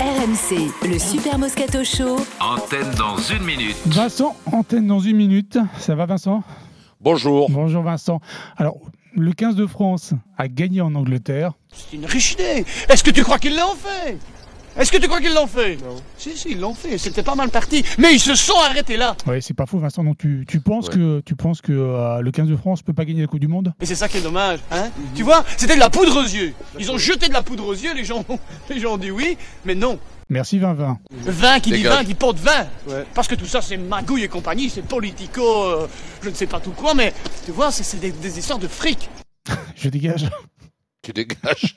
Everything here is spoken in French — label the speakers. Speaker 1: RMC, le Super Moscato Show.
Speaker 2: Antenne dans une minute.
Speaker 3: Vincent, antenne dans une minute. Ça va Vincent
Speaker 4: Bonjour.
Speaker 3: Bonjour Vincent. Alors, le 15 de France a gagné en Angleterre.
Speaker 5: C'est une riche idée. Est-ce que tu crois qu'ils l'ont fait Est-ce que tu crois qu'ils l'ont fait Non. Si, si, ils l'ont fait. C'était pas mal parti. Mais ils se sont arrêtés là.
Speaker 3: Ouais, c'est pas faux Vincent. Donc tu, tu penses
Speaker 4: Ouais.
Speaker 3: que tu penses que euh, le 15 de France peut pas gagner la Coupe du Monde
Speaker 5: Et c'est ça qui est dommage, hein Tu vois, c'était de la poudre aux yeux. Ils ont jeté de la poudre aux yeux, les gens, ont- les gens ont dit oui, mais non.
Speaker 3: Merci 2020.
Speaker 5: Vin qui dit
Speaker 4: Dégage.
Speaker 5: vin, qui porte vin.
Speaker 6: Ouais.
Speaker 5: Parce que tout ça, c'est magouille et compagnie, c'est politico, euh, je ne sais pas tout quoi, mais tu vois, c'est- c'est des, des histoires de fric.
Speaker 3: Je dégage.
Speaker 4: Tu dégages.